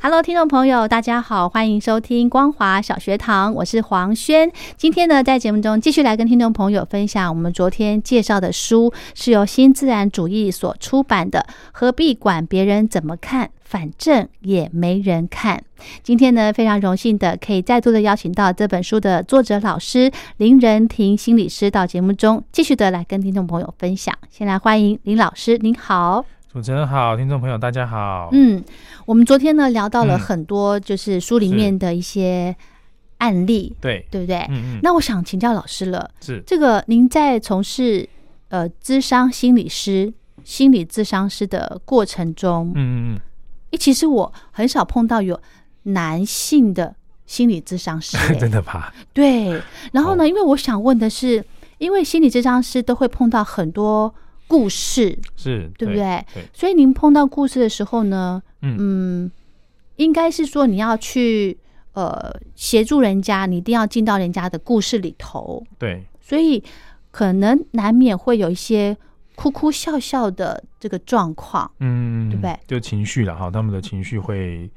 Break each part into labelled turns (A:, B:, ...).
A: Hello，听众朋友，大家好，欢迎收听光华小学堂，我是黄轩。今天呢，在节目中继续来跟听众朋友分享我们昨天介绍的书，是由新自然主义所出版的《何必管别人怎么看》。反正也没人看。今天呢，非常荣幸的可以再度的邀请到这本书的作者老师林仁婷心理师到节目中，继续的来跟听众朋友分享。先来欢迎林老师，您好。
B: 主持人好，听众朋友大家好。嗯
A: 嗯，我们昨天呢聊到了很多，就是书里面的一些案例，
B: 对，
A: 对不对？
B: 嗯嗯，
A: 哎那我想请教老师了，
B: 是
A: 这个您在从事呃咨商心理师、心理咨商师的过程中，
B: 嗯嗯嗯，
A: 诶，其实我很少碰到有男性的心理咨商 师、诶
B: 真的吧？
A: 对，然后呢，因为我想问的是，因为心理咨商师都会碰到很多故事，
B: 是，
A: 对不对？
B: 对
A: 所以您碰到故事的时候呢，嗯应该是说你要去呃协助人家，你一定要进到人家的故事里头，
B: 对，
A: 所以可能难免会有一些哭哭笑笑的这个状况。
B: 嗯，
A: 对不对？
B: 就情绪了哈，他们的情绪会，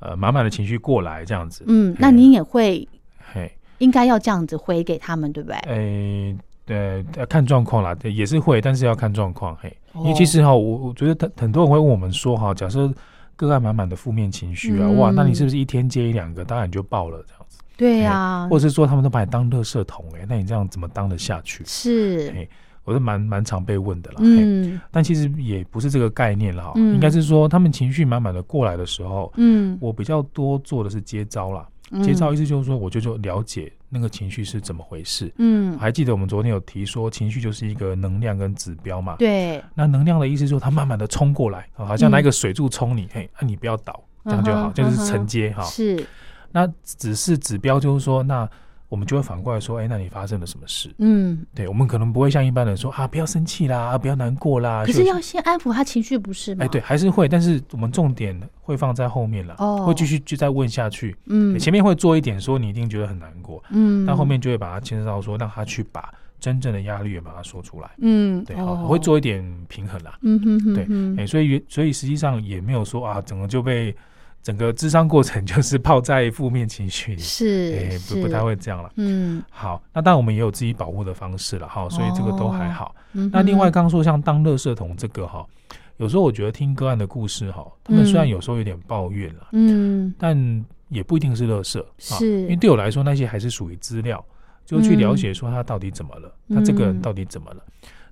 B: 呃，满满的情绪过来这样子。
A: 嗯，那您也会
B: 嘿，
A: 应该要这样子回给他们，对不对？
B: 诶，呃，呃看状况啦，对也是会，但是要看状况。嘿，因为
A: 哦
B: 哎其实哈，我我觉得很很多人会问我们说哈，假设个案满满的负面情绪啊，
A: 嗯
B: 哇，那你是不是一天接一两个，当然你就爆了这样子？
A: 对啊呀、
B: 或者是说他们都把你当垃圾桶，哎，那你这样怎么当得下去？哎
A: 是，
B: 我是蛮蛮常被问的啦。嘿
A: 嗯
B: 但其实也不是这个概念了哈、
A: 嗯
B: 应该是说他们情绪满满的过来的时候，
A: 嗯，
B: 我比较多做的是接招啦。
A: 嗯
B: 接招，意思就是说，我就就了解那个情绪是怎么回事。
A: 嗯，
B: 还记得我们昨天有提说，情绪就是一个能量跟指标嘛。
A: 对，
B: 那能量的意思就是它慢慢的冲过来，啊好
A: 嗯
B: 像拿一个水柱冲你，嘿，那、你不要倒，这样就
A: 嗯
B: 好，
A: 哼
B: 这就是
A: 嗯
B: 承
A: 哼
B: 接哈。
A: 是，
B: 那只是指标就是说，那我们就会反过来说，哎、那你发生了什么事？
A: 嗯，
B: 对我们可能不会像一般人说啊，不要生气啦，啊不要难过啦。
A: 可
B: 就是
A: 要先安抚他情绪，不是吗？
B: 哎，对，，还是会，但是我们重点会放在后面了，
A: 哦
B: 会继续就再问下去。
A: 嗯
B: 前面会做一点说你一定觉得很难过，
A: 嗯，
B: 但后，面就会把它牵涉到说让他去把真正的压力也把它说出来，
A: 嗯，
B: 对，
A: 哦
B: 好，会，做一点平衡啦。
A: 嗯哼哼，
B: 对
A: 哼
B: 哎，所以所以实际上也没有说啊，整个就被整个智商过程 就是泡在负面情绪里，
A: 是
B: 哎，，不
A: 是
B: 不太，会这样了。
A: 嗯，
B: 好，那当然我们也有自己保护的方式了哈，所以这个都还
A: 哦
B: 好。
A: 嗯
B: 那另外
A: 哼，
B: 刚刚说像当垃圾桶这个哈，有时候我觉得听个案的故事哈，他们虽然
A: 嗯
B: 有时候有点抱怨啦，
A: 嗯，
B: 但也不一定是垃圾，啊，
A: 是
B: 因为对我来说那些还是属于资料，就去了解说他到底怎么了，
A: 嗯
B: 他这个人到底怎么了。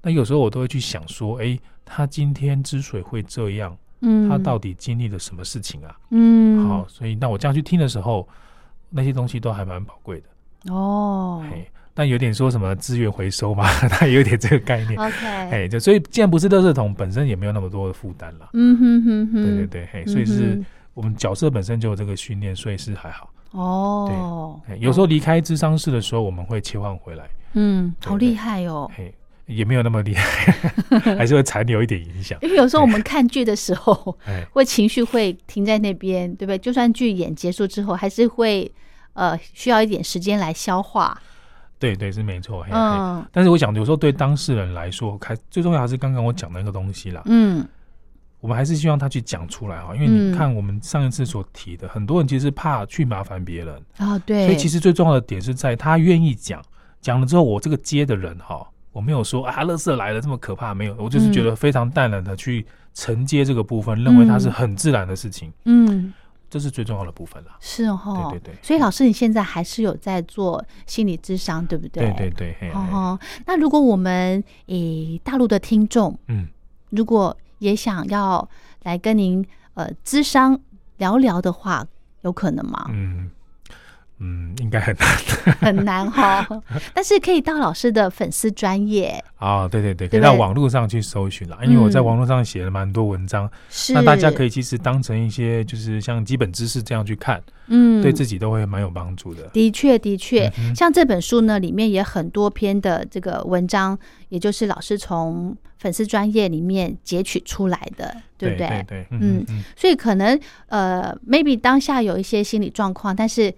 B: 那有时候我都会去想说，诶，他今天之所以会这样，
A: 嗯，
B: 他到，底经历了什么事情啊？
A: 嗯，
B: 好，，所以那我这样去听的时候，那些东西都还蛮宝贵的，
A: 哦
B: 嘿。但有点说什么资源回收嘛， 它有点这个概念。
A: ，OK，
B: 哎，就所以既然不是垃圾桶，本身也没有那么多的负担啦。
A: 嗯哼哼哼，
B: 对对对，嘿，
A: 嗯哼，
B: 所以是我们角色本身就有这个训练，所以是还好。
A: 哦，
B: 嘿有时候离开智商室的时候，我们会切换回来，
A: 嗯，好
B: 对对
A: 厉害哦。
B: 嘿，也没有那么厉害， 还是会残留一点影响。
A: 因为有时候我们看剧的时候，
B: 哎，
A: 会情绪会停在那边，对不对？就算剧演结束之后，还是会呃需要一点时间来消化。
B: 对对，是没错。嘿，嘿
A: 嗯
B: 但是我想，有时候对当事人来说，开最重要还是刚刚我讲的那个东西啦。
A: 嗯
B: 我们还是希望他去讲出来哈，因为
A: 嗯
B: 你看我们上一次所提的，很多人其实怕去麻烦别人，
A: 啊、对，
B: 所以其
A: 实
B: 实最重要的点是在他愿意讲，讲了之后，我这个接的人哈，我没有说啊，乐色来了这么可怕，没有，我就是觉得非常淡然的去承接这个部分，认为它是很自然的事情。
A: 嗯
B: 这是最重要的部分啦。
A: 是哦，
B: 对对对嗯
A: 所以老师，你现在还是有在做心理智商，对不对？
B: 对对对，嘿，嘿
A: 哦，那如果我们诶大陆的听众，
B: 嗯，
A: 如果也想要来跟您呃咨商聊聊的话，有可能 吗？
B: 嗯嗯，应该很 难
A: 很难 哈，但是可以到老师的粉丝专业，
B: 啊、对对对，可
A: 对
B: 以到网络上去搜寻啦，因为我在
A: 嗯
B: 网络上写了蛮多文章，
A: 是
B: 那大家可
A: 以
B: 以其实当成一些就是像基本知识这样去看，
A: 嗯
B: 对自己都会蛮有帮助的。
A: 的确，的确，
B: 嗯哼
A: 像这本书呢，里面也很多篇的这个文章，也就是老师从粉丝专业里面截取出来的，对不
B: 对
A: 对？
B: 对对，嗯嗯
A: 所以可能呃，maybe 当下有一些心理状况，但是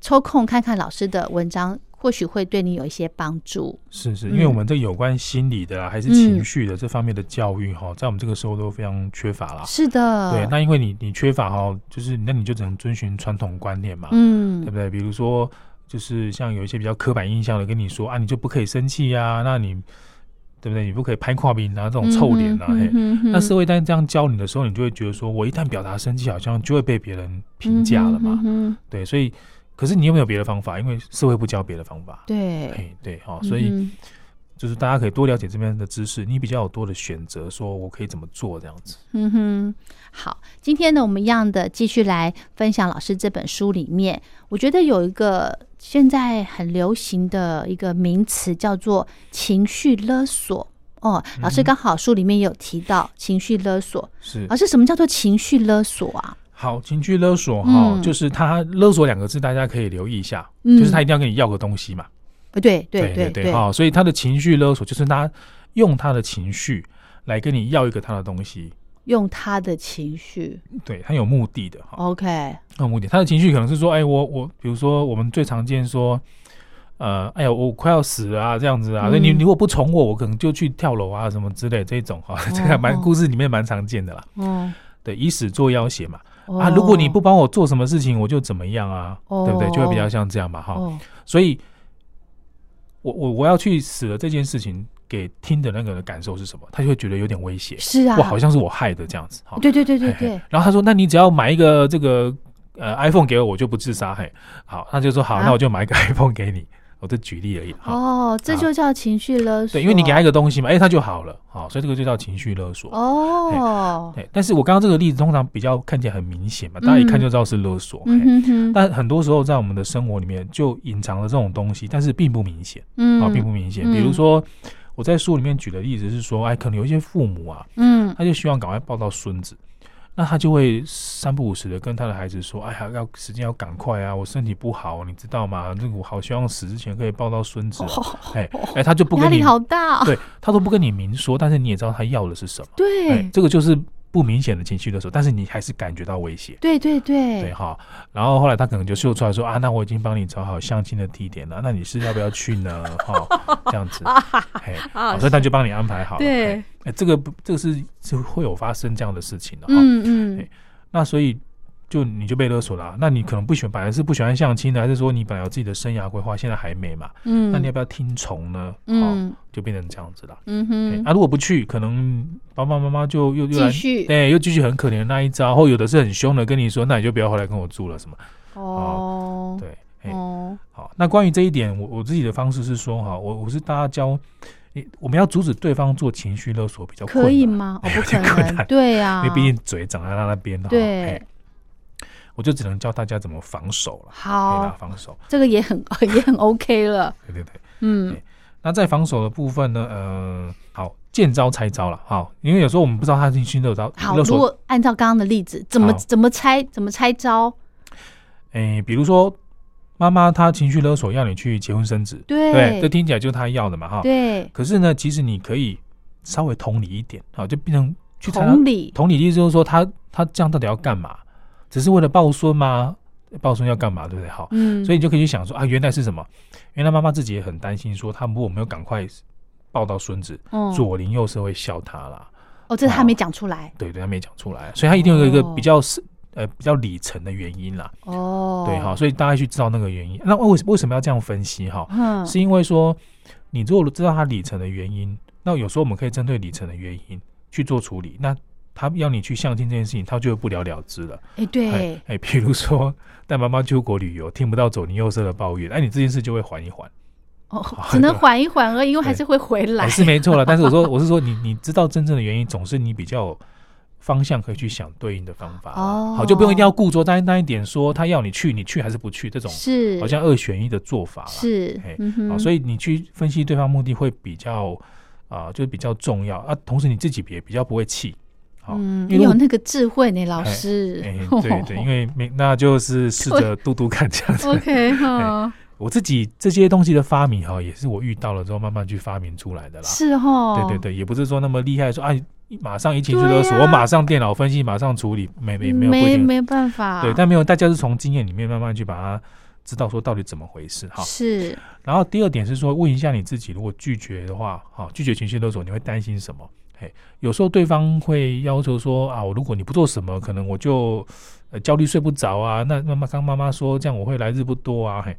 A: 抽空看看老师的文章，或许会对你有一些帮助。
B: 是是，
A: 嗯
B: 因为我们这有关心理的啊，还是情绪的这方面的教育哈，在我们这个时候都非常缺乏啦。
A: 是呃的，
B: 啊对，那因为你你缺乏哈，就是那你就只能遵循传统观念嘛，对
A: 嗯，
B: 不对？比如说，就是像有一些比较刻板印象的跟你说啊，你就不可以生气呀，那你对不对？你不可以拍胯饼啊，这种臭脸啊，嘿。
A: 嗯哼
B: 那社会一旦这样教你的时候，你就会觉得说，我一旦表达生气，好像就会被别人评价了嘛。
A: 嗯哼嗯哼
B: 对，所以，可是你有没有别的方法？因为社会不教别的方法。
A: 对，
B: 哎，对，好、所以
A: 嗯
B: 就是大家可以多了解这边的知识，你比较有多的选择，说我可以怎么做这样子。
A: 哼嗯哼，好，今天呢，我们一样的继续来分享老师这本书里面，我觉得有一个现在很流行的一个名词叫做情绪勒索。哦，老师
B: 嗯
A: 刚好书里面也有提到情绪勒索，
B: 是
A: 老师，什么叫做情绪勒索啊？
B: 好，情绪勒索哈、
A: 嗯
B: 就是它勒索两个字，大家可以留意一下，
A: 嗯
B: 就是他一定要跟你要个东西嘛。
A: 呃对对
B: 对
A: 对，
B: 哈、所以他的情绪勒索就是他用他的情绪来跟你要一个他的东西，
A: 用他的情绪
B: 对他有目的的哈。
A: ，OK，
B: 那目的，他的情绪可能是说，哎，我我，比如说我们最常见说，呃，哎呀，我快要死了啊，这样子啊，那、你
A: 嗯
B: 你如果不宠我，我可能就去跳楼啊，什么之类这种哈、这个还蛮、
A: 哦
B: 故事里面蛮常见的啦。
A: 嗯，
B: 对，以死作要挟嘛，啊，
A: 哦
B: 如果你不帮我做什么事情，我就怎么样啊，对不对？就会比较像这样嘛哈、
A: 哦，
B: 所以，我我我要去死了这件事情，给听的那个人的感受是什么？他就会觉得有点威胁，
A: 是啊，
B: 哇，好像是我害的这样子哈。
A: 对对对对
B: 嘿
A: 对
B: 嘿，然后他说：“那你只要买一个这个呃 iPhone 给我，我就不自杀。”嘿，好，他就说：“好，
A: 啊
B: 那我就买一个 iPhone 给你。”我这举例而已。哈，
A: 哦，这就叫情绪勒索，
B: 对，因为你给他一个东西嘛，哎，他就好了。好，所以这个就叫情绪勒索。
A: 哦，
B: 对，但是我刚刚这个例子通常比较看起来很明显嘛，大家一看就知道是勒索。
A: 嗯
B: 嘿
A: 哼哼，
B: 但很多时候在我们的生活里面就隐藏了这种东西，但是并不明显
A: 嗯
B: 啊，并不明显。
A: 嗯
B: 比如说。我在书里面举的例子是说，哎，可能有一些父母啊，
A: 嗯，
B: 他就希望赶快抱到孙子，那他就会三不五时的跟他的孩子说：“哎呀，要时间要赶快啊，我身体不好，你知道吗？这个我好希望死之前可以抱到孙子。
A: 哦
B: 哎哎，他就不
A: 压
B: 跟
A: 力
B: 你
A: 好大哦，
B: 对，他都不跟你明说，但是你也知道他要的是什么。哎
A: 对，
B: 这个就是不明显的情绪的时候，但是你还是感觉到威胁。
A: 对对
B: 对啊
A: 对，
B: 哈，然后后来他可能就秀出来说啊，那我已经帮你找好相亲的地点了，那你是要不要去呢？哈、这样 子，嘿，好所以他就帮你安排好了。
A: 对
B: 嘿，哎，这个不，这个是是会有发生这样的事情的哈、
A: 嗯嗯
B: 哎，那所以就你就被勒索了啊、那你可能不喜欢，本来是不喜欢相亲的，还是说你本来有自己的生涯规划，现在还没嘛？
A: 嗯，
B: 那你要不要听从呢？哦，
A: 嗯
B: 就变成这样子了。
A: 嗯
B: 哎
A: 哼，
B: 啊，如果不去，可能爸爸妈妈就又又来
A: 继续
B: 对，哎又继续很可怜的那一招，或有的是很凶的跟你说，那你就不要回来跟我住了什么？
A: 哦，
B: 对，哎、
A: 哦，
B: 好，那关于这一点，我我自己的方式是说，哈，我我是大家教，你我们要阻止对方做情绪勒索比较困难
A: 可以？ 吗？哦，
B: 哎
A: 不
B: 有
A: 可
B: 点困
A: 能，
B: 难
A: 对呀，
B: 因为毕竟嘴长在他那边，哈
A: 对
B: 哎我就只能教大家怎么防守了，可以哎啦
A: 好，
B: 防守，
A: 这个也很 也很 OK 了，
B: 对对对。
A: 嗯
B: 哎那在防守的部分呢，呃，好，见招拆招了，好，因为有时候我们不知道他情绪勒索，
A: 好，
B: 勒
A: 如
B: 索，
A: 果按照刚刚的例子，怎么
B: 好
A: 怎么拆，怎么拆招？
B: 哎、比如说妈妈她情绪勒索要你去结婚生子，对，这
A: 对
B: 听起来就是她要的嘛，哈，
A: 对，
B: 可是呢，其实你可以稍微同理一点，好，就变成去参
A: 同
B: 加
A: 理，
B: 同理，意思就是说他他这样到底要干嘛？只是为了抱孙吗？抱孙要干嘛？对不对？好，
A: 嗯，以
B: 所以你就可以去想说啊，原来是什么？原来妈妈自己也很担心，说她如果没有赶快抱到孙子，左邻右舍会笑她啦。
A: 嗯哦，这个还没讲出来
B: 对对，她没讲出来，啊所以她一定有一个
A: 哦
B: 比较是、呃比较里层的原因啦。
A: 哦，
B: 对哈，，所以大家去知道那个原因。那为什为什么要这样分析哈？
A: 嗯，
B: 是因为说，你如果知道它里程的原因，那有时候我们可以针对里程的原因去做处理。那他要你去相亲这件事情，他就会不了了之了。
A: 哎，
B: 哎
A: 对，
B: 哎，比如说带妈妈出国旅游，听不到左邻右舍的抱怨，哎，你这件事就会缓一缓，
A: 哦
B: 好，
A: 只能缓一缓而已，因为还
B: 对
A: 是会回来
B: 哎、。是没错了。但是我说，我是说你，你知道真正的原因，总是你比较有方向可以去想对应的方法。
A: 哦
B: 好，就不用一定要固着单单一点说他要你去，你去还是不去这种
A: 是，
B: 好像二选一的做法啦。
A: 是
B: 哎，
A: 嗯
B: 啊，
A: 哼，
B: 所
A: 以
B: 以你去分析对方目的会比较啊、就是比较重要啊。同时你自己也比较不会气。好，
A: 嗯，
B: 因
A: 你
B: 为
A: 有
B: 我
A: 那个智慧呢，老师
B: 哎、。对对，因为没那就是试着嘟嘟看这样子。
A: OK 哈，
B: 我自己这些东西的发明哈，也是我遇到了之后慢慢去发明出来的啦。
A: 是哦，
B: 对对对，也不是说那么厉害，说啊，马上一情绪
A: 对
B: 勒索，
A: 呀
B: 我马上电脑分析，马上处理，没没没有不一
A: 没啊
B: 定。
A: 没办法，
B: 对，但没有，大家是从经验里面慢慢去把它知道说到底怎么回事哈。
A: 是
B: 然后第二点是说，问一下你自己，如果拒绝的话，哈，拒绝情绪勒索，你会担心什么？嘿，有时候对方会要求说啊，我如果你不做什么，可能我就呃焦虑睡不着啊。那妈妈刚妈妈说这样我会来日不多啊。嘿，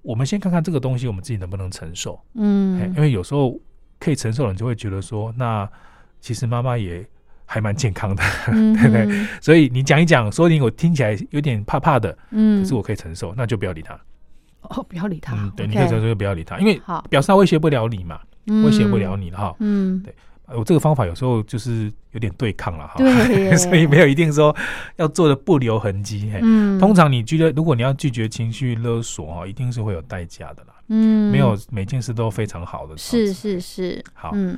B: 我们先看看这个东西我们自己能不能承受。嘿
A: 嗯
B: 因，为有时候可以承受的人就会觉得说，那其实妈妈也还蛮健康的，
A: 对
B: 对对，所以你讲一讲，说不定我听起来有点怕怕的，
A: 嗯，
B: 可是我可以承受，那就不要理他。
A: 哦，不要理他
B: 嗯，，对，你
A: OK
B: 可以承受就不要理他，因为
A: 好，
B: 表示他威胁不了你嘛，
A: 我
B: 哎威胁不了，你了哈。
A: 嗯，
B: 呃我这个方法有时候就是有点对抗了哈，
A: 对耶，
B: 所以没有一定说要做的不留痕迹。嘿，
A: 嗯，
B: 通常你觉得如果你要拒绝情绪勒索哈，一定是会有代价的啦，
A: 嗯
B: 没有每件事都非常好的。
A: 是是是，
B: 好，
A: 嗯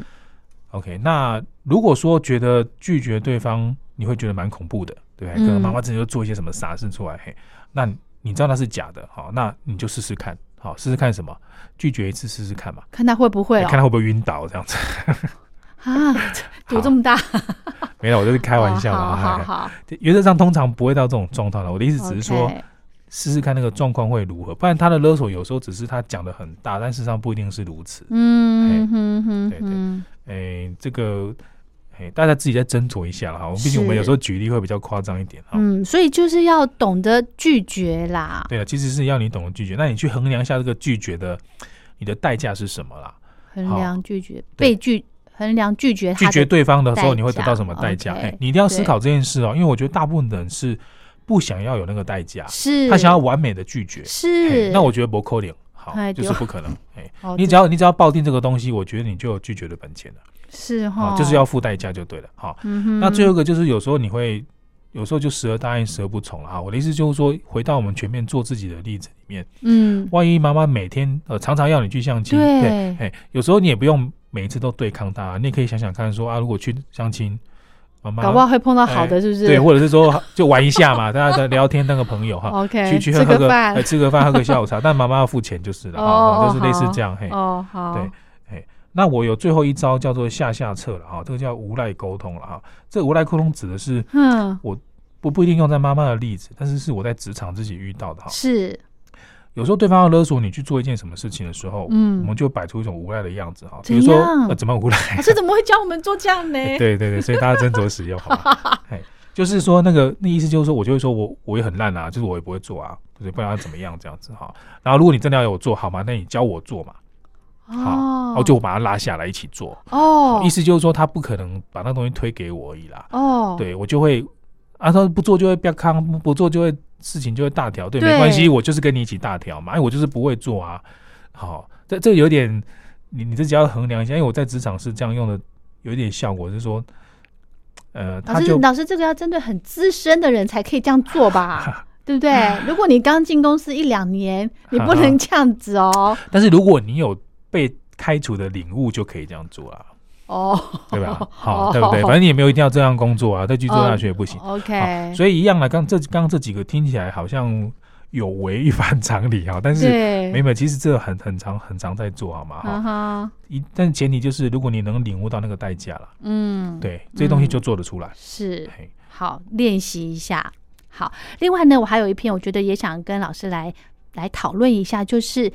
B: OK，那如果说觉得拒绝对方，你会觉得蛮恐怖的，对不
A: 嗯
B: 对？可能妈妈自己就做一些什么傻事出来，嘿，那你知道那是假的，好，那你就试试看，好，试试看什么？拒绝一次试试看嘛，
A: 看他会不会
B: 哎
A: 哦
B: 看他会不会晕倒这样子。
A: 啊，赌这么大，
B: 没有，我就是开玩笑啊哎
A: 哦
B: 啦。
A: 好
B: 嘿
A: 好
B: 嘿
A: 好，
B: 原则上通常不会到这种状况的。我的意思只是说
A: OK，
B: 试试看那个状况会如何，不然他的勒索有时候只是他讲的很大，但事实上不一定是如此。
A: 嗯哼哼
B: 哎对对
A: 哼，
B: 哎，这个。哎，大家自己再斟酌一下啦。哈，毕竟我们
A: 是
B: 有时候举例会比较夸张一点哈。
A: 嗯，所以就是要懂得拒绝啦，
B: 对了，啊其实是要你懂得拒绝。那你去衡量一下这个拒绝的你的代价是什么啦？
A: 衡
B: 好
A: 量拒绝
B: 对
A: 被拒，衡量拒绝
B: 拒
A: 他
B: 绝
A: 的，
B: 对方的时
A: 代
B: 候，你会得
A: 价
B: 到什么代价？
A: ，OK，
B: 哎，你一定要思
A: 对
B: 考这件事哦，因为我觉得大部分的人是不想要有那个代价，
A: 是
B: 啊他想要完美的拒绝。
A: 是
B: 嘿，那我觉得不扣脸，好
A: 哎，
B: 就是不可能。哎，
A: 哦
B: 你
A: 这
B: 只要你只要抱定这个东西，我觉得你就有拒绝的本钱了，
A: 是哈
B: 好，，就是要付代价就对了。好，
A: 哦嗯哼，
B: 那最后一个就是有时候你会。有时候就时而答应，时而不从了啊！我的意思就是说，回到我们全面做自己的例子里面，
A: 嗯，
B: 万一妈妈每天呃常常要你去相亲，
A: 对
B: 哎，有时候你也不用每一次都对抗她，你也可以想想看说啊，如果去相亲，妈妈
A: 搞不好会碰到好的，是不是？
B: 哎对，或者是说就玩一下嘛，大家在聊天当个朋友哈，
A: OK，
B: 去去喝
A: 哦吃
B: 喝
A: 个
B: 个
A: 饭
B: 哎吃个饭喝个下午茶，但妈妈要付钱就是了
A: 哦
B: 哈，就是类似这样嘿。
A: 哦，好，
B: 哎对那我有最后一招叫做下下策了哈，这个叫无赖沟通了哈。这个无赖沟通指的是
A: 嗯，
B: 不不一定用在妈妈的例子，但是是我在职场自己遇到的哈。
A: 是，
B: 有时候对方要勒索你去做一件什么事情的时候，
A: 嗯
B: 我们就摆出一种无赖的样子哈，
A: 怎
B: 比如说
A: 样哎
B: 呃怎么无赖？
A: 老师啊怎么会教我们做这样呢？
B: 对对对，所以大家斟酌使用好吧？ 哎，就是说那个那意思就是说我就会说我我也很烂啊，就是我也不会做啊，就是不然要怎么样这样子哈。然后如果你真的要我做好吗？那你教我做嘛，
A: 哦
B: 然后就我把他拉下来一起做。
A: 哦，
B: 意思就是说他不可能把那东西推给我而已啦，
A: 哦，
B: 对我就会啊，他不做就会不要康，不不做就会事情就会大条，对，
A: 对
B: 没关系，我就是跟你一起大条嘛，哎，我就是不会做啊，好，这这有点你你自己要衡量一下，因为我在职场是这样用的，有一点效果是说，呃，
A: 老
B: 他
A: 师
B: 就
A: 老师这个要针对很资深的人才可以这样做 吧？对不对？如果你刚进公司一两年，你不能这样子 哦，
B: 但是如果你有被开除的领悟，就可以这样做啦，
A: 哦，
B: 对吧？好，
A: 哦
B: 对不对？反正你也没有一定要这样工作啊，再去做
A: 哦
B: 下去也不行。
A: ，OK，
B: 所以一样啊，刚这刚刚这几个听起来好像有违 一番常理啊，但是
A: 对，
B: 没有，其实这很很常很常在做，好吗？哈、
A: 啊哈，
B: 一但前提就是如果你能领悟到那个代价了，
A: 嗯，，
B: 对，这些东西就做得出来。
A: 是。
B: 嘿
A: 好，练习一下。好，另外呢，我还有一篇，我觉得也想跟老师来来讨论一下，就是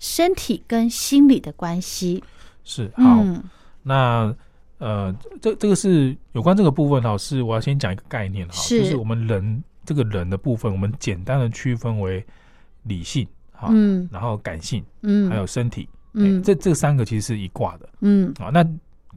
A: 身体跟心理的关系。
B: 是好，
A: 嗯，
B: 那呃，这这个是有关这个部分哈，是我要先讲一个概念哈，
A: 是
B: 就是我们人这个人的部分，我们简单的区分为理性哈，
A: 嗯
B: 然后感性，
A: 嗯，
B: 还有身体，哎
A: 嗯
B: 这这三个其实是一挂的
A: 嗯
B: 啊。那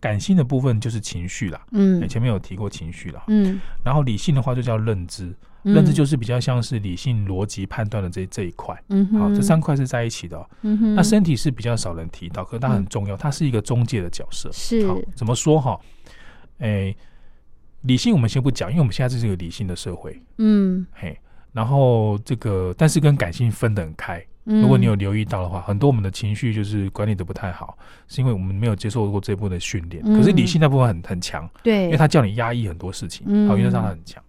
B: 感性的部分就是情绪啦，哎
A: 嗯
B: 前面有提过情绪啦。
A: 嗯，
B: 然后理性的话就叫认知，
A: 嗯
B: 认知就是比较像是理性逻辑判断的这这一块。
A: 嗯哼
B: 好，这三块是在一起的哦、
A: 嗯哼，
B: 那身体是比较少人提到，可是它很重要，它是一个中介的角色。
A: 是
B: 好，怎么说哈？哎，理性我们先不讲，因为我们现在这是一个理性的社会，
A: 嗯
B: 嘿。然后这个，但是跟感性分得很开。
A: 嗯，
B: 如果你有留意到的话，很多我们的情绪就是管理的不太好，是因为我们没有接受过这部分的训练。
A: 嗯
B: 可是理性那部分很很强，
A: 对，
B: 因为它叫你压抑很多事情，
A: 嗯
B: 好，因为它很强。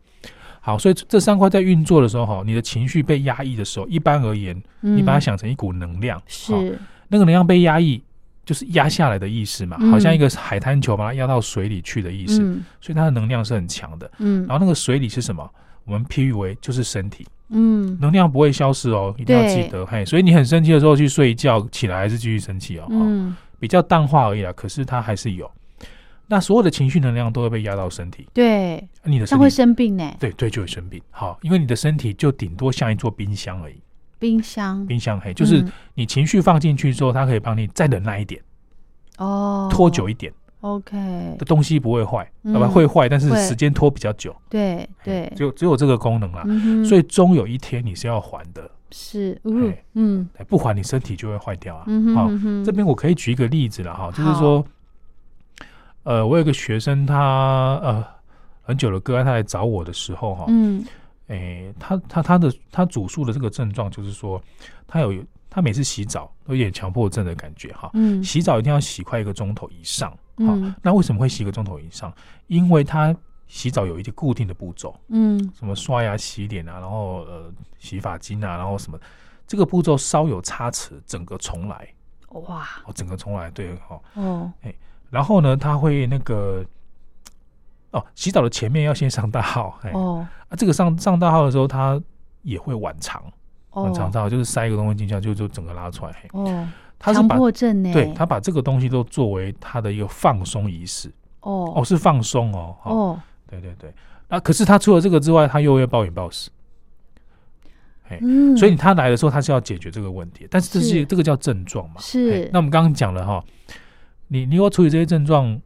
B: 好，所以这三块在运作的时候，哈，你的情绪被压抑的时候，一般而言，
A: 你
B: 你把它想成一股能量，好
A: 嗯是
B: 那个能量被压抑，就是压下来的意思嘛，
A: 嗯
B: 好像一个海滩球把它压到水里去的意思，
A: 嗯
B: 所以它的能量是很强的。
A: 嗯
B: 然后那个水里是什么？我们譬喻为就是身体，
A: 嗯
B: 能量不会消失哦，一定要记得嘿。所以你很生气的时候去睡一觉，起来还是继续生气哦，哦
A: 嗯，
B: 比较淡化而已啦。可是它还是有，那所有的情绪能量都会被压到身体，啊
A: 对，
B: 你的
A: 这
B: 身
A: 样会
B: 体
A: 生病呢。
B: 对对就会生病。好，因为你的身体就顶多像一座冰箱而已，
A: 冰箱
B: 冰箱嘿，就是
A: 嗯
B: 你情绪放进去之后，它可以帮你再忍耐一点，
A: 哦，
B: 拖久一点。
A: OK，
B: 的东西不会坏，
A: 嗯
B: 好吧？会坏，但是
A: 会
B: 时间拖比较久。
A: 对对，
B: 只有只有这个功能啦。
A: 嗯哼
B: 哎啊所以终有一天你是要还的，
A: 是呜
B: 哎
A: 嗯
B: 哎不还你身体就会坏掉啊。
A: 嗯哼
B: 好
A: 嗯哼
B: 这边我可以举一个例子了哈，就是说，呃，我有一个学生他，呃很久的个案，他来找我的时候哈，
A: 嗯
B: 哎、他他他的他主诉的这个症状就是说，他有他每次洗澡都有点强迫症的感觉哈，
A: 嗯
B: 洗澡一定要洗快一个钟头以上。好
A: 嗯，
B: 那为什么会洗一个钟头以上？因为他洗澡有一些固定的步骤，
A: 嗯
B: 什么刷牙、洗脸啊，然后呃洗发精啊，然后什么，这个步骤稍有差池，整个重来，
A: 哇
B: 哦，整个重来，对，好、哦。
A: 哦
B: 然后呢，他会那个哦，洗澡的前面要先上大号，哎，
A: 哦
B: 啊，这个上上大号的时候，他也会晚长，晚长
A: 哦
B: 到就是塞一个东西进去，就就整个拉出来，嘿，
A: 哦，
B: 他是
A: 强
B: 把
A: 迫症呢？
B: 对他把这个东西都作为他的一个放松仪式，哦，
A: 哦
B: 是放松哦，哦
A: 哦
B: 对对对，那、可是他除了这个之外，他又会暴饮暴食，哎
A: 嗯，
B: 所以他来的时候，他是要解决这个问题，但是这是
A: 是
B: 这个叫症状嘛？
A: 是
B: 哎那我们刚刚讲了哈，你你要处理这些症状，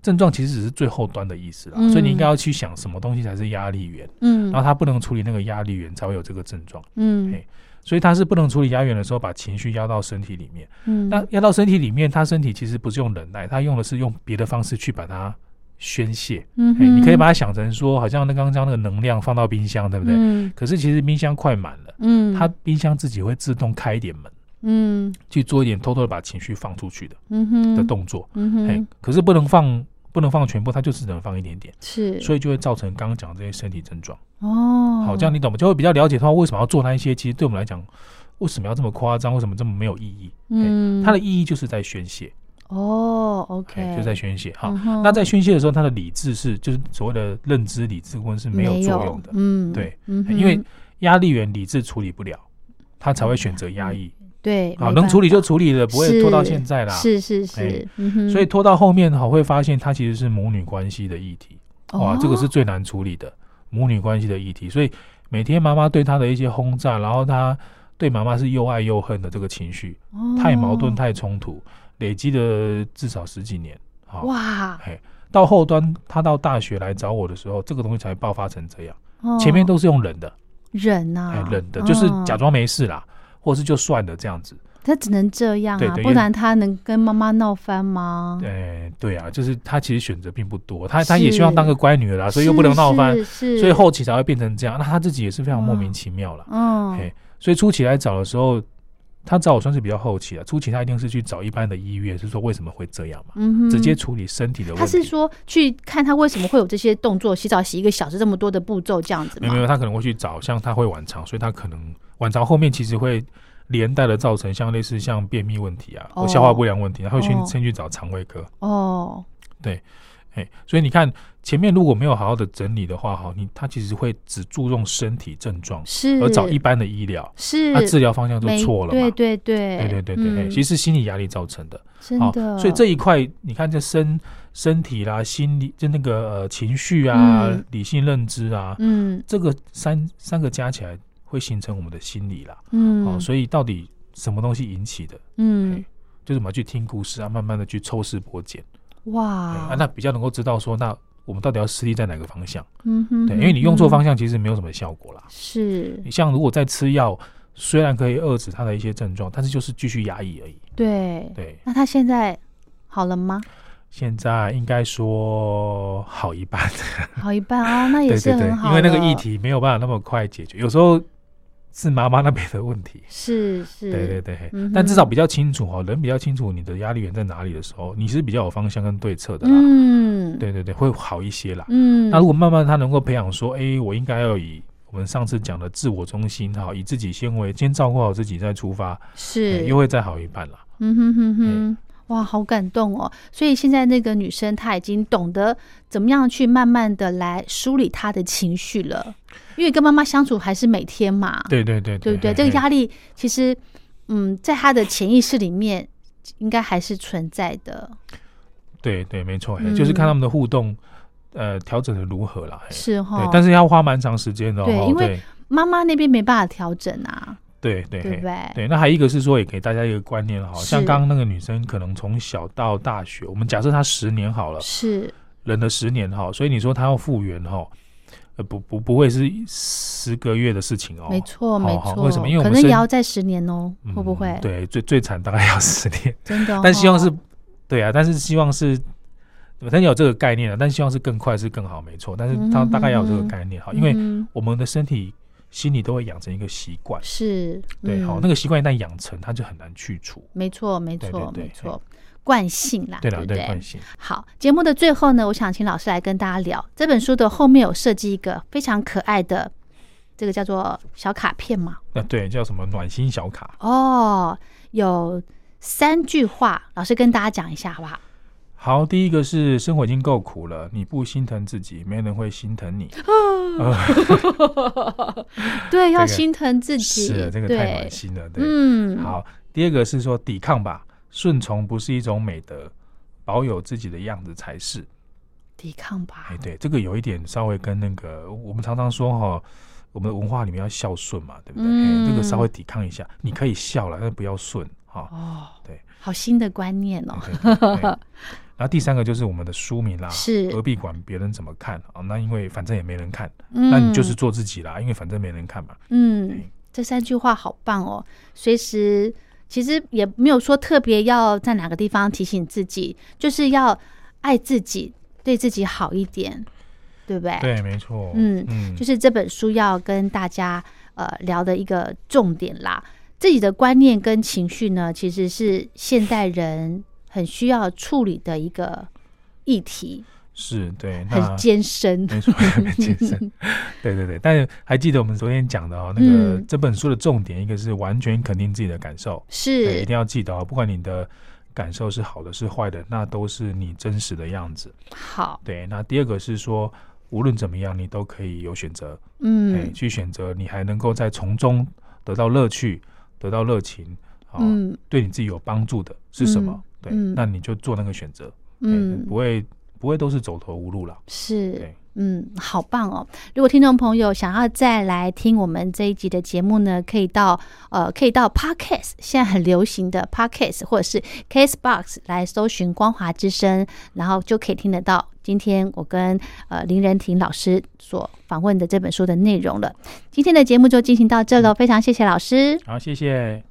B: 症状其实只是最后端的意思啦，
A: 嗯
B: 所以你应该要去想什么东西才是压力源，
A: 嗯
B: 然后他不能处理那个压力源，才会有这个症状。
A: 嗯
B: 哎所以他是不能处理压力源的时候，把情绪压到身体里面。
A: 嗯
B: 那压到身体里面，他身体其实不是用忍耐，他用的是用别的方式去把它宣泄。
A: 嗯
B: 哎，
A: 哼，
B: 你可以把它想成说，好像那刚刚那个能量放到冰箱，对不对？
A: 嗯
B: 可是其实冰箱快满了，
A: 嗯
B: 它冰箱自己会自动开一点门，
A: 嗯
B: 去做一点偷偷的把情绪放出去的
A: 嗯哼
B: 的动作。
A: 嗯
B: 哎、
A: 哼
B: 可是不能放，不能放全部，它就只能放一点点，
A: 是
B: 所以就会造成刚刚讲的这些身体症状。
A: 哦
B: 好，这样你懂吗？就会比较了解的话，为什么要做那一些？其实对我们来讲，为什么要这么夸张？为什么这么没有意义？
A: 嗯
B: 它的意义就是在宣泄，
A: 哦
B: 哎，
A: OK
B: 就在宣泄。好，
A: 嗯哼
B: 那在宣泄的时候，它的理智是就是所谓的认知理智部分是没有作用的。
A: 嗯
B: 对，
A: 嗯哼
B: 因为压力源理智处理不了，他才会选择压抑。
A: 嗯对
B: 好，
A: 没
B: 能
A: 办
B: 处理
A: 法
B: 就处理了，不会拖到现在啦。
A: 是是是
B: 哎，
A: 嗯哼
B: 所以拖到后面哈，会发现它其实是母女关系的议题。
A: 哦
B: 哇，这个是最难处理的母女关系的议题。所以每天妈妈对他的一些轰炸，然后他对妈妈是又爱又恨的这个情绪，太矛盾、
A: 哦
B: 太冲突，累积了至少十几年。好，
A: 哇，
B: 到后端他到大学来找我的时候，这个东西才爆发成这样。
A: 哦
B: 前面都是用忍的，
A: 忍呐、
B: 哎，
A: 啊，
B: 忍的，就是
A: 嗯
B: 假，装没事啦，或是就算了这样子。
A: 他只能这样
B: 对
A: 啊，
B: 对
A: 不
B: 因为
A: 然他能跟妈妈闹翻吗？
B: 哎，对啊，就是他其实选择并不多，他他也
A: 哦是
B: 希望当个乖女儿啦，啊所以又不能闹翻，
A: 是，是
B: 所以后期才会变成这样。那他自己也是非常莫名其妙啦。
A: 嗯
B: 哎所以初期来找的时候，他找我算是比较后期啊了。初期他一定是去找一般的医院，是说为什么会这样嘛，
A: 嗯哼
B: 直接。处理身体的
A: 他
B: 问
A: 是
B: 题。
A: 说去看他为什么会有这些动作，洗澡洗一个小时这么多的步骤这样子
B: 没有没
A: 吗？
B: 有，他可能会去找，像他会晚肠，所以他可能晚肠后面其实会连带的造成像类似像便秘问题啊，
A: 哦
B: 或消化不良问题，他会先
A: 哦
B: 先去找肠胃科。
A: 哦，
B: 哎，所以你看前面如果没有好好的整理的话，哈，你他其实会只注重身体症状，
A: 是
B: 而找一般的医疗，
A: 是
B: 那、治疗方向就
A: 没
B: 错了
A: 对
B: 嘛。
A: 对对
B: 对对对对，哎
A: 嗯
B: 其实心理压力造成的。
A: 真的，
B: 所以这一块你看，这身身体啦、心理就那个呃情绪啊、
A: 嗯
B: 理性认知啊，
A: 嗯
B: 这个三三个加起来会形成我们的心理啦。
A: 嗯
B: 哦，所以到底什么东西引起的？
A: 嗯
B: 哎就是我们要去听故事啊，慢慢的去抽丝剥茧。对
A: 哇
B: 啊，，那比较能够知道说，那我们到底要施力在哪个方向？
A: 嗯哼，
B: 对，因为你用错
A: 嗯
B: 方向其实没有什么效果啦。
A: 是
B: 你像如果在吃药，虽然可以遏制它的一些症状，但是就是继续压抑而已。
A: 对。
B: 对，
A: 那他现在好了吗？
B: 现在应该说好一半，
A: 好一半哦，那也
B: 对
A: 是
B: 对对
A: 很，好
B: 因为那个
A: 了
B: 议题没有办法那么快解决，有时候是妈妈那边的问题。
A: 是是，
B: 对对对，
A: 嗯哼
B: 但至少比较清楚哦，人比较清楚你的压力源在哪里的时候，你是比较有方向跟对策的啦。
A: 嗯，，
B: 对对对，会好一些啦。
A: 嗯，
B: 那如果慢慢他能够培养说，哎，我应该要以我们上次讲的自我中心哈，以自己先为，先照顾好自己再出发，哎
A: 是
B: 又，会再好一半啦。
A: 嗯哼哼哼。哇，好感动哦！所以现在那个女生她已经懂得怎么样去慢慢的来梳理她的情绪了，因为跟妈妈相处还是每天嘛，
B: 对对对
A: 对不对？这个
B: 哎
A: 压力其实，嗯，在她的潜意识里面应该还是存在的，
B: 对对没错，哎
A: 嗯
B: 就是看他们的互动，呃，调整的如何啦。哎
A: 是哈
B: 对，。但是要花蛮长时间的
A: 哦
B: 哦。
A: 对因为
B: 对
A: 妈妈那边没办法调整啊，
B: 对对
A: 对不
B: 嘿
A: 对？
B: 对，那还有一个是说，也给大家一个观念哈，
A: 是
B: 像刚刚那个女生，可能从小到大学，我们假设她十年好了，
A: 是，
B: 忍了十年哈，所以你说她要复原哈，呃，不不不会是十个月的事情哦，
A: 没错，
B: 好
A: 没
B: 好
A: 错。
B: 为什么因为我
A: 可
B: 们
A: 能也
B: 身
A: 要再十年哦，
B: 嗯
A: 会不会？，
B: 对，最最惨大概要十年，
A: 真的哦。
B: 但希望是，对啊，但是希望是。但有这个概念了，啊但希望是更快是更好，没错。但是它
A: 嗯
B: 大概要有这个
A: 嗯
B: 概念哈，因为
A: 嗯
B: 我们的身体、心理都会养成一个习惯，
A: 是，
B: 对，好，
A: 嗯
B: 那个习惯一旦养成，它就很难去除。
A: 没错，没
B: 对
A: 错，
B: 对
A: 没
B: 对
A: 错，惯性啦，
B: 对
A: 不
B: 了，对惯
A: 对？
B: 性，
A: 好，节目的最后呢，我想请老师来跟大家聊这本书的后面有设计一个非常可爱的，这个叫做小卡片嘛，
B: 那对叫什么暖心小卡？
A: 哦，有三句话，老师跟大家讲一下好不好？
B: 好，第一个是生活已经够苦了，你不心疼自己，没人会心疼你。
A: 对，要
B: 这个
A: 心疼自己，
B: 是这个太暖
A: 对，
B: 心了，对。
A: 嗯，
B: 好，第二个是说抵抗吧，顺从不是一种美德，保有自己的样子才是。
A: 抵抗吧
B: 哎，，对，这个有一点稍微跟那个我们常常说哈。我们的文化里面要孝顺嘛，对不对？
A: 嗯
B: 哎这个稍微抵抗一下，你可以孝了，但是不要顺哈。
A: 哦，
B: 对，
A: 好新的观念哦，
B: 对对 对对然后第三个就是我们的书名啦，
A: 是
B: 何必管别人怎么看啊？那因为反正也没人看，那
A: 那
B: 你就是做自己啦，因为反正没人看嘛。
A: 嗯
B: 对，
A: 这三句话好棒哦！随时其实也没有说特别要在哪个地方提醒自己，就是要爱自己，对自己好一点，对不对？
B: 对，没错。
A: 哎嗯
B: 嗯
A: 就，是这本书要跟大家呃聊的一个重点啦。自己的观念跟情绪呢，其实是现代人很需要处理的一个议题，
B: 是对，那
A: 很艰深。
B: 没错， 很健 身。对对对，但是还记得我们昨天讲的哦，那个
A: 嗯
B: 这本书的重点，一个是完全肯定自己的感受，对，一
A: 是
B: 定要记得哦，不管你的感受是好的是坏的，那都是你真实的样子。
A: 好，
B: 对，那第二个是说，无论怎么样，你都可以有选择。哎，
A: 嗯
B: 去选择，你还能够在从中得到乐趣，得到热情，啊，
A: 嗯
B: 对你自己有帮助的是什么？对，
A: 嗯
B: 那你就做那个选择，哎
A: 嗯
B: 不，会不会都是走投无路了，
A: 是
B: 对。
A: 嗯，好棒哦！如果听众朋友想要再来听我们这一集的节目呢，可以到呃，可以到 Podcast，现在很流行的 Podcast 或者是 Casebox 来搜寻“光华之声”，然后就可以听得到今天我跟呃林仁婷老师所访问的这本书的内容了。今天的节目就进行到这喽，非常谢谢老师。
B: 好，谢谢。